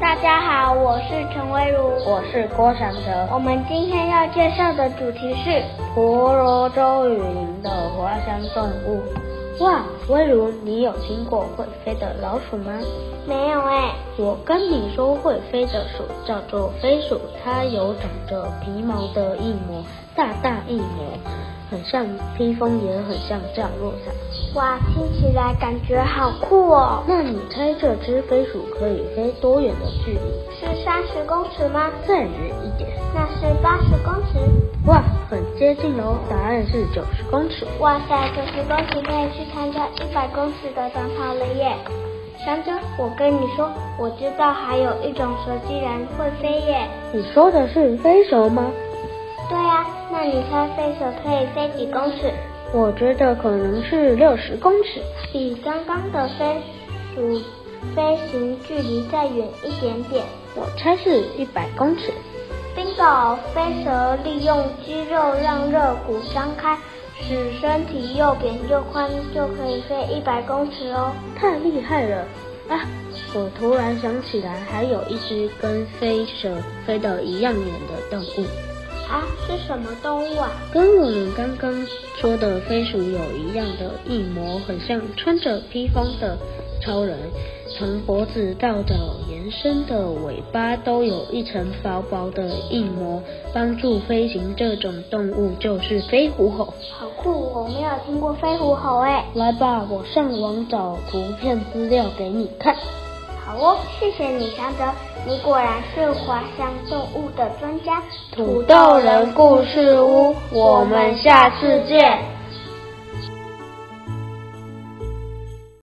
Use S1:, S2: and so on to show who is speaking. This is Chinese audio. S1: 大家好，我是陈威如，
S2: 我是郭长泽。
S1: 我们今天要介绍的主题是
S2: 婆罗洲雨林的花香动物。哇，威如，你有听过会飞的老鼠吗？
S1: 没有哎，
S2: 我跟你说，会飞的鼠叫做飞鼠，它有长着皮毛的一膜，大大一膜，很像披风，也很像降落伞。
S1: 哇，听起来感觉好酷哦！
S2: 那你猜这只飞鼠可以飞多远的距离？
S1: 是三十公尺吗？
S2: 再远一点。
S1: 那是八十公尺。
S2: 哇，很接近哦，答案是九十公尺。
S1: 哇塞，九十公尺可以去参加一百公尺的短跑了耶！山珍，我跟你说，我知道还有一种蛇竟然会飞耶！
S2: 你说的是飞蛇吗？
S1: 对啊，那你猜飞蛇可以飞几公尺？
S2: 我觉得可能是六十公尺。
S1: 比刚刚的飞鼠飞行距离再远一点点。
S2: 我猜是一百公尺。
S1: bingo，飞蛇利用肌肉让肋骨张开，使身体又扁又宽，就可以飞一百公尺哦。
S2: 太厉害了啊！我突然想起来，还有一只跟飞蛇飞得一样远的动物，
S1: 啊，是什么动物啊？
S2: 跟我们刚刚说的飞鼠有一样的一模，很像穿着披风的超人，从脖子到脚延伸的尾巴都有一层薄薄的硬膜，帮助飞行。这种动物就是飞虎吼。
S1: 好酷，我没有听过飞虎吼哎。
S2: 来吧，我上网找图片资料给你看。
S1: 好哦，谢谢你，强泽，你果然是滑翔动物的专家。
S2: 土豆人故事屋我们下次见。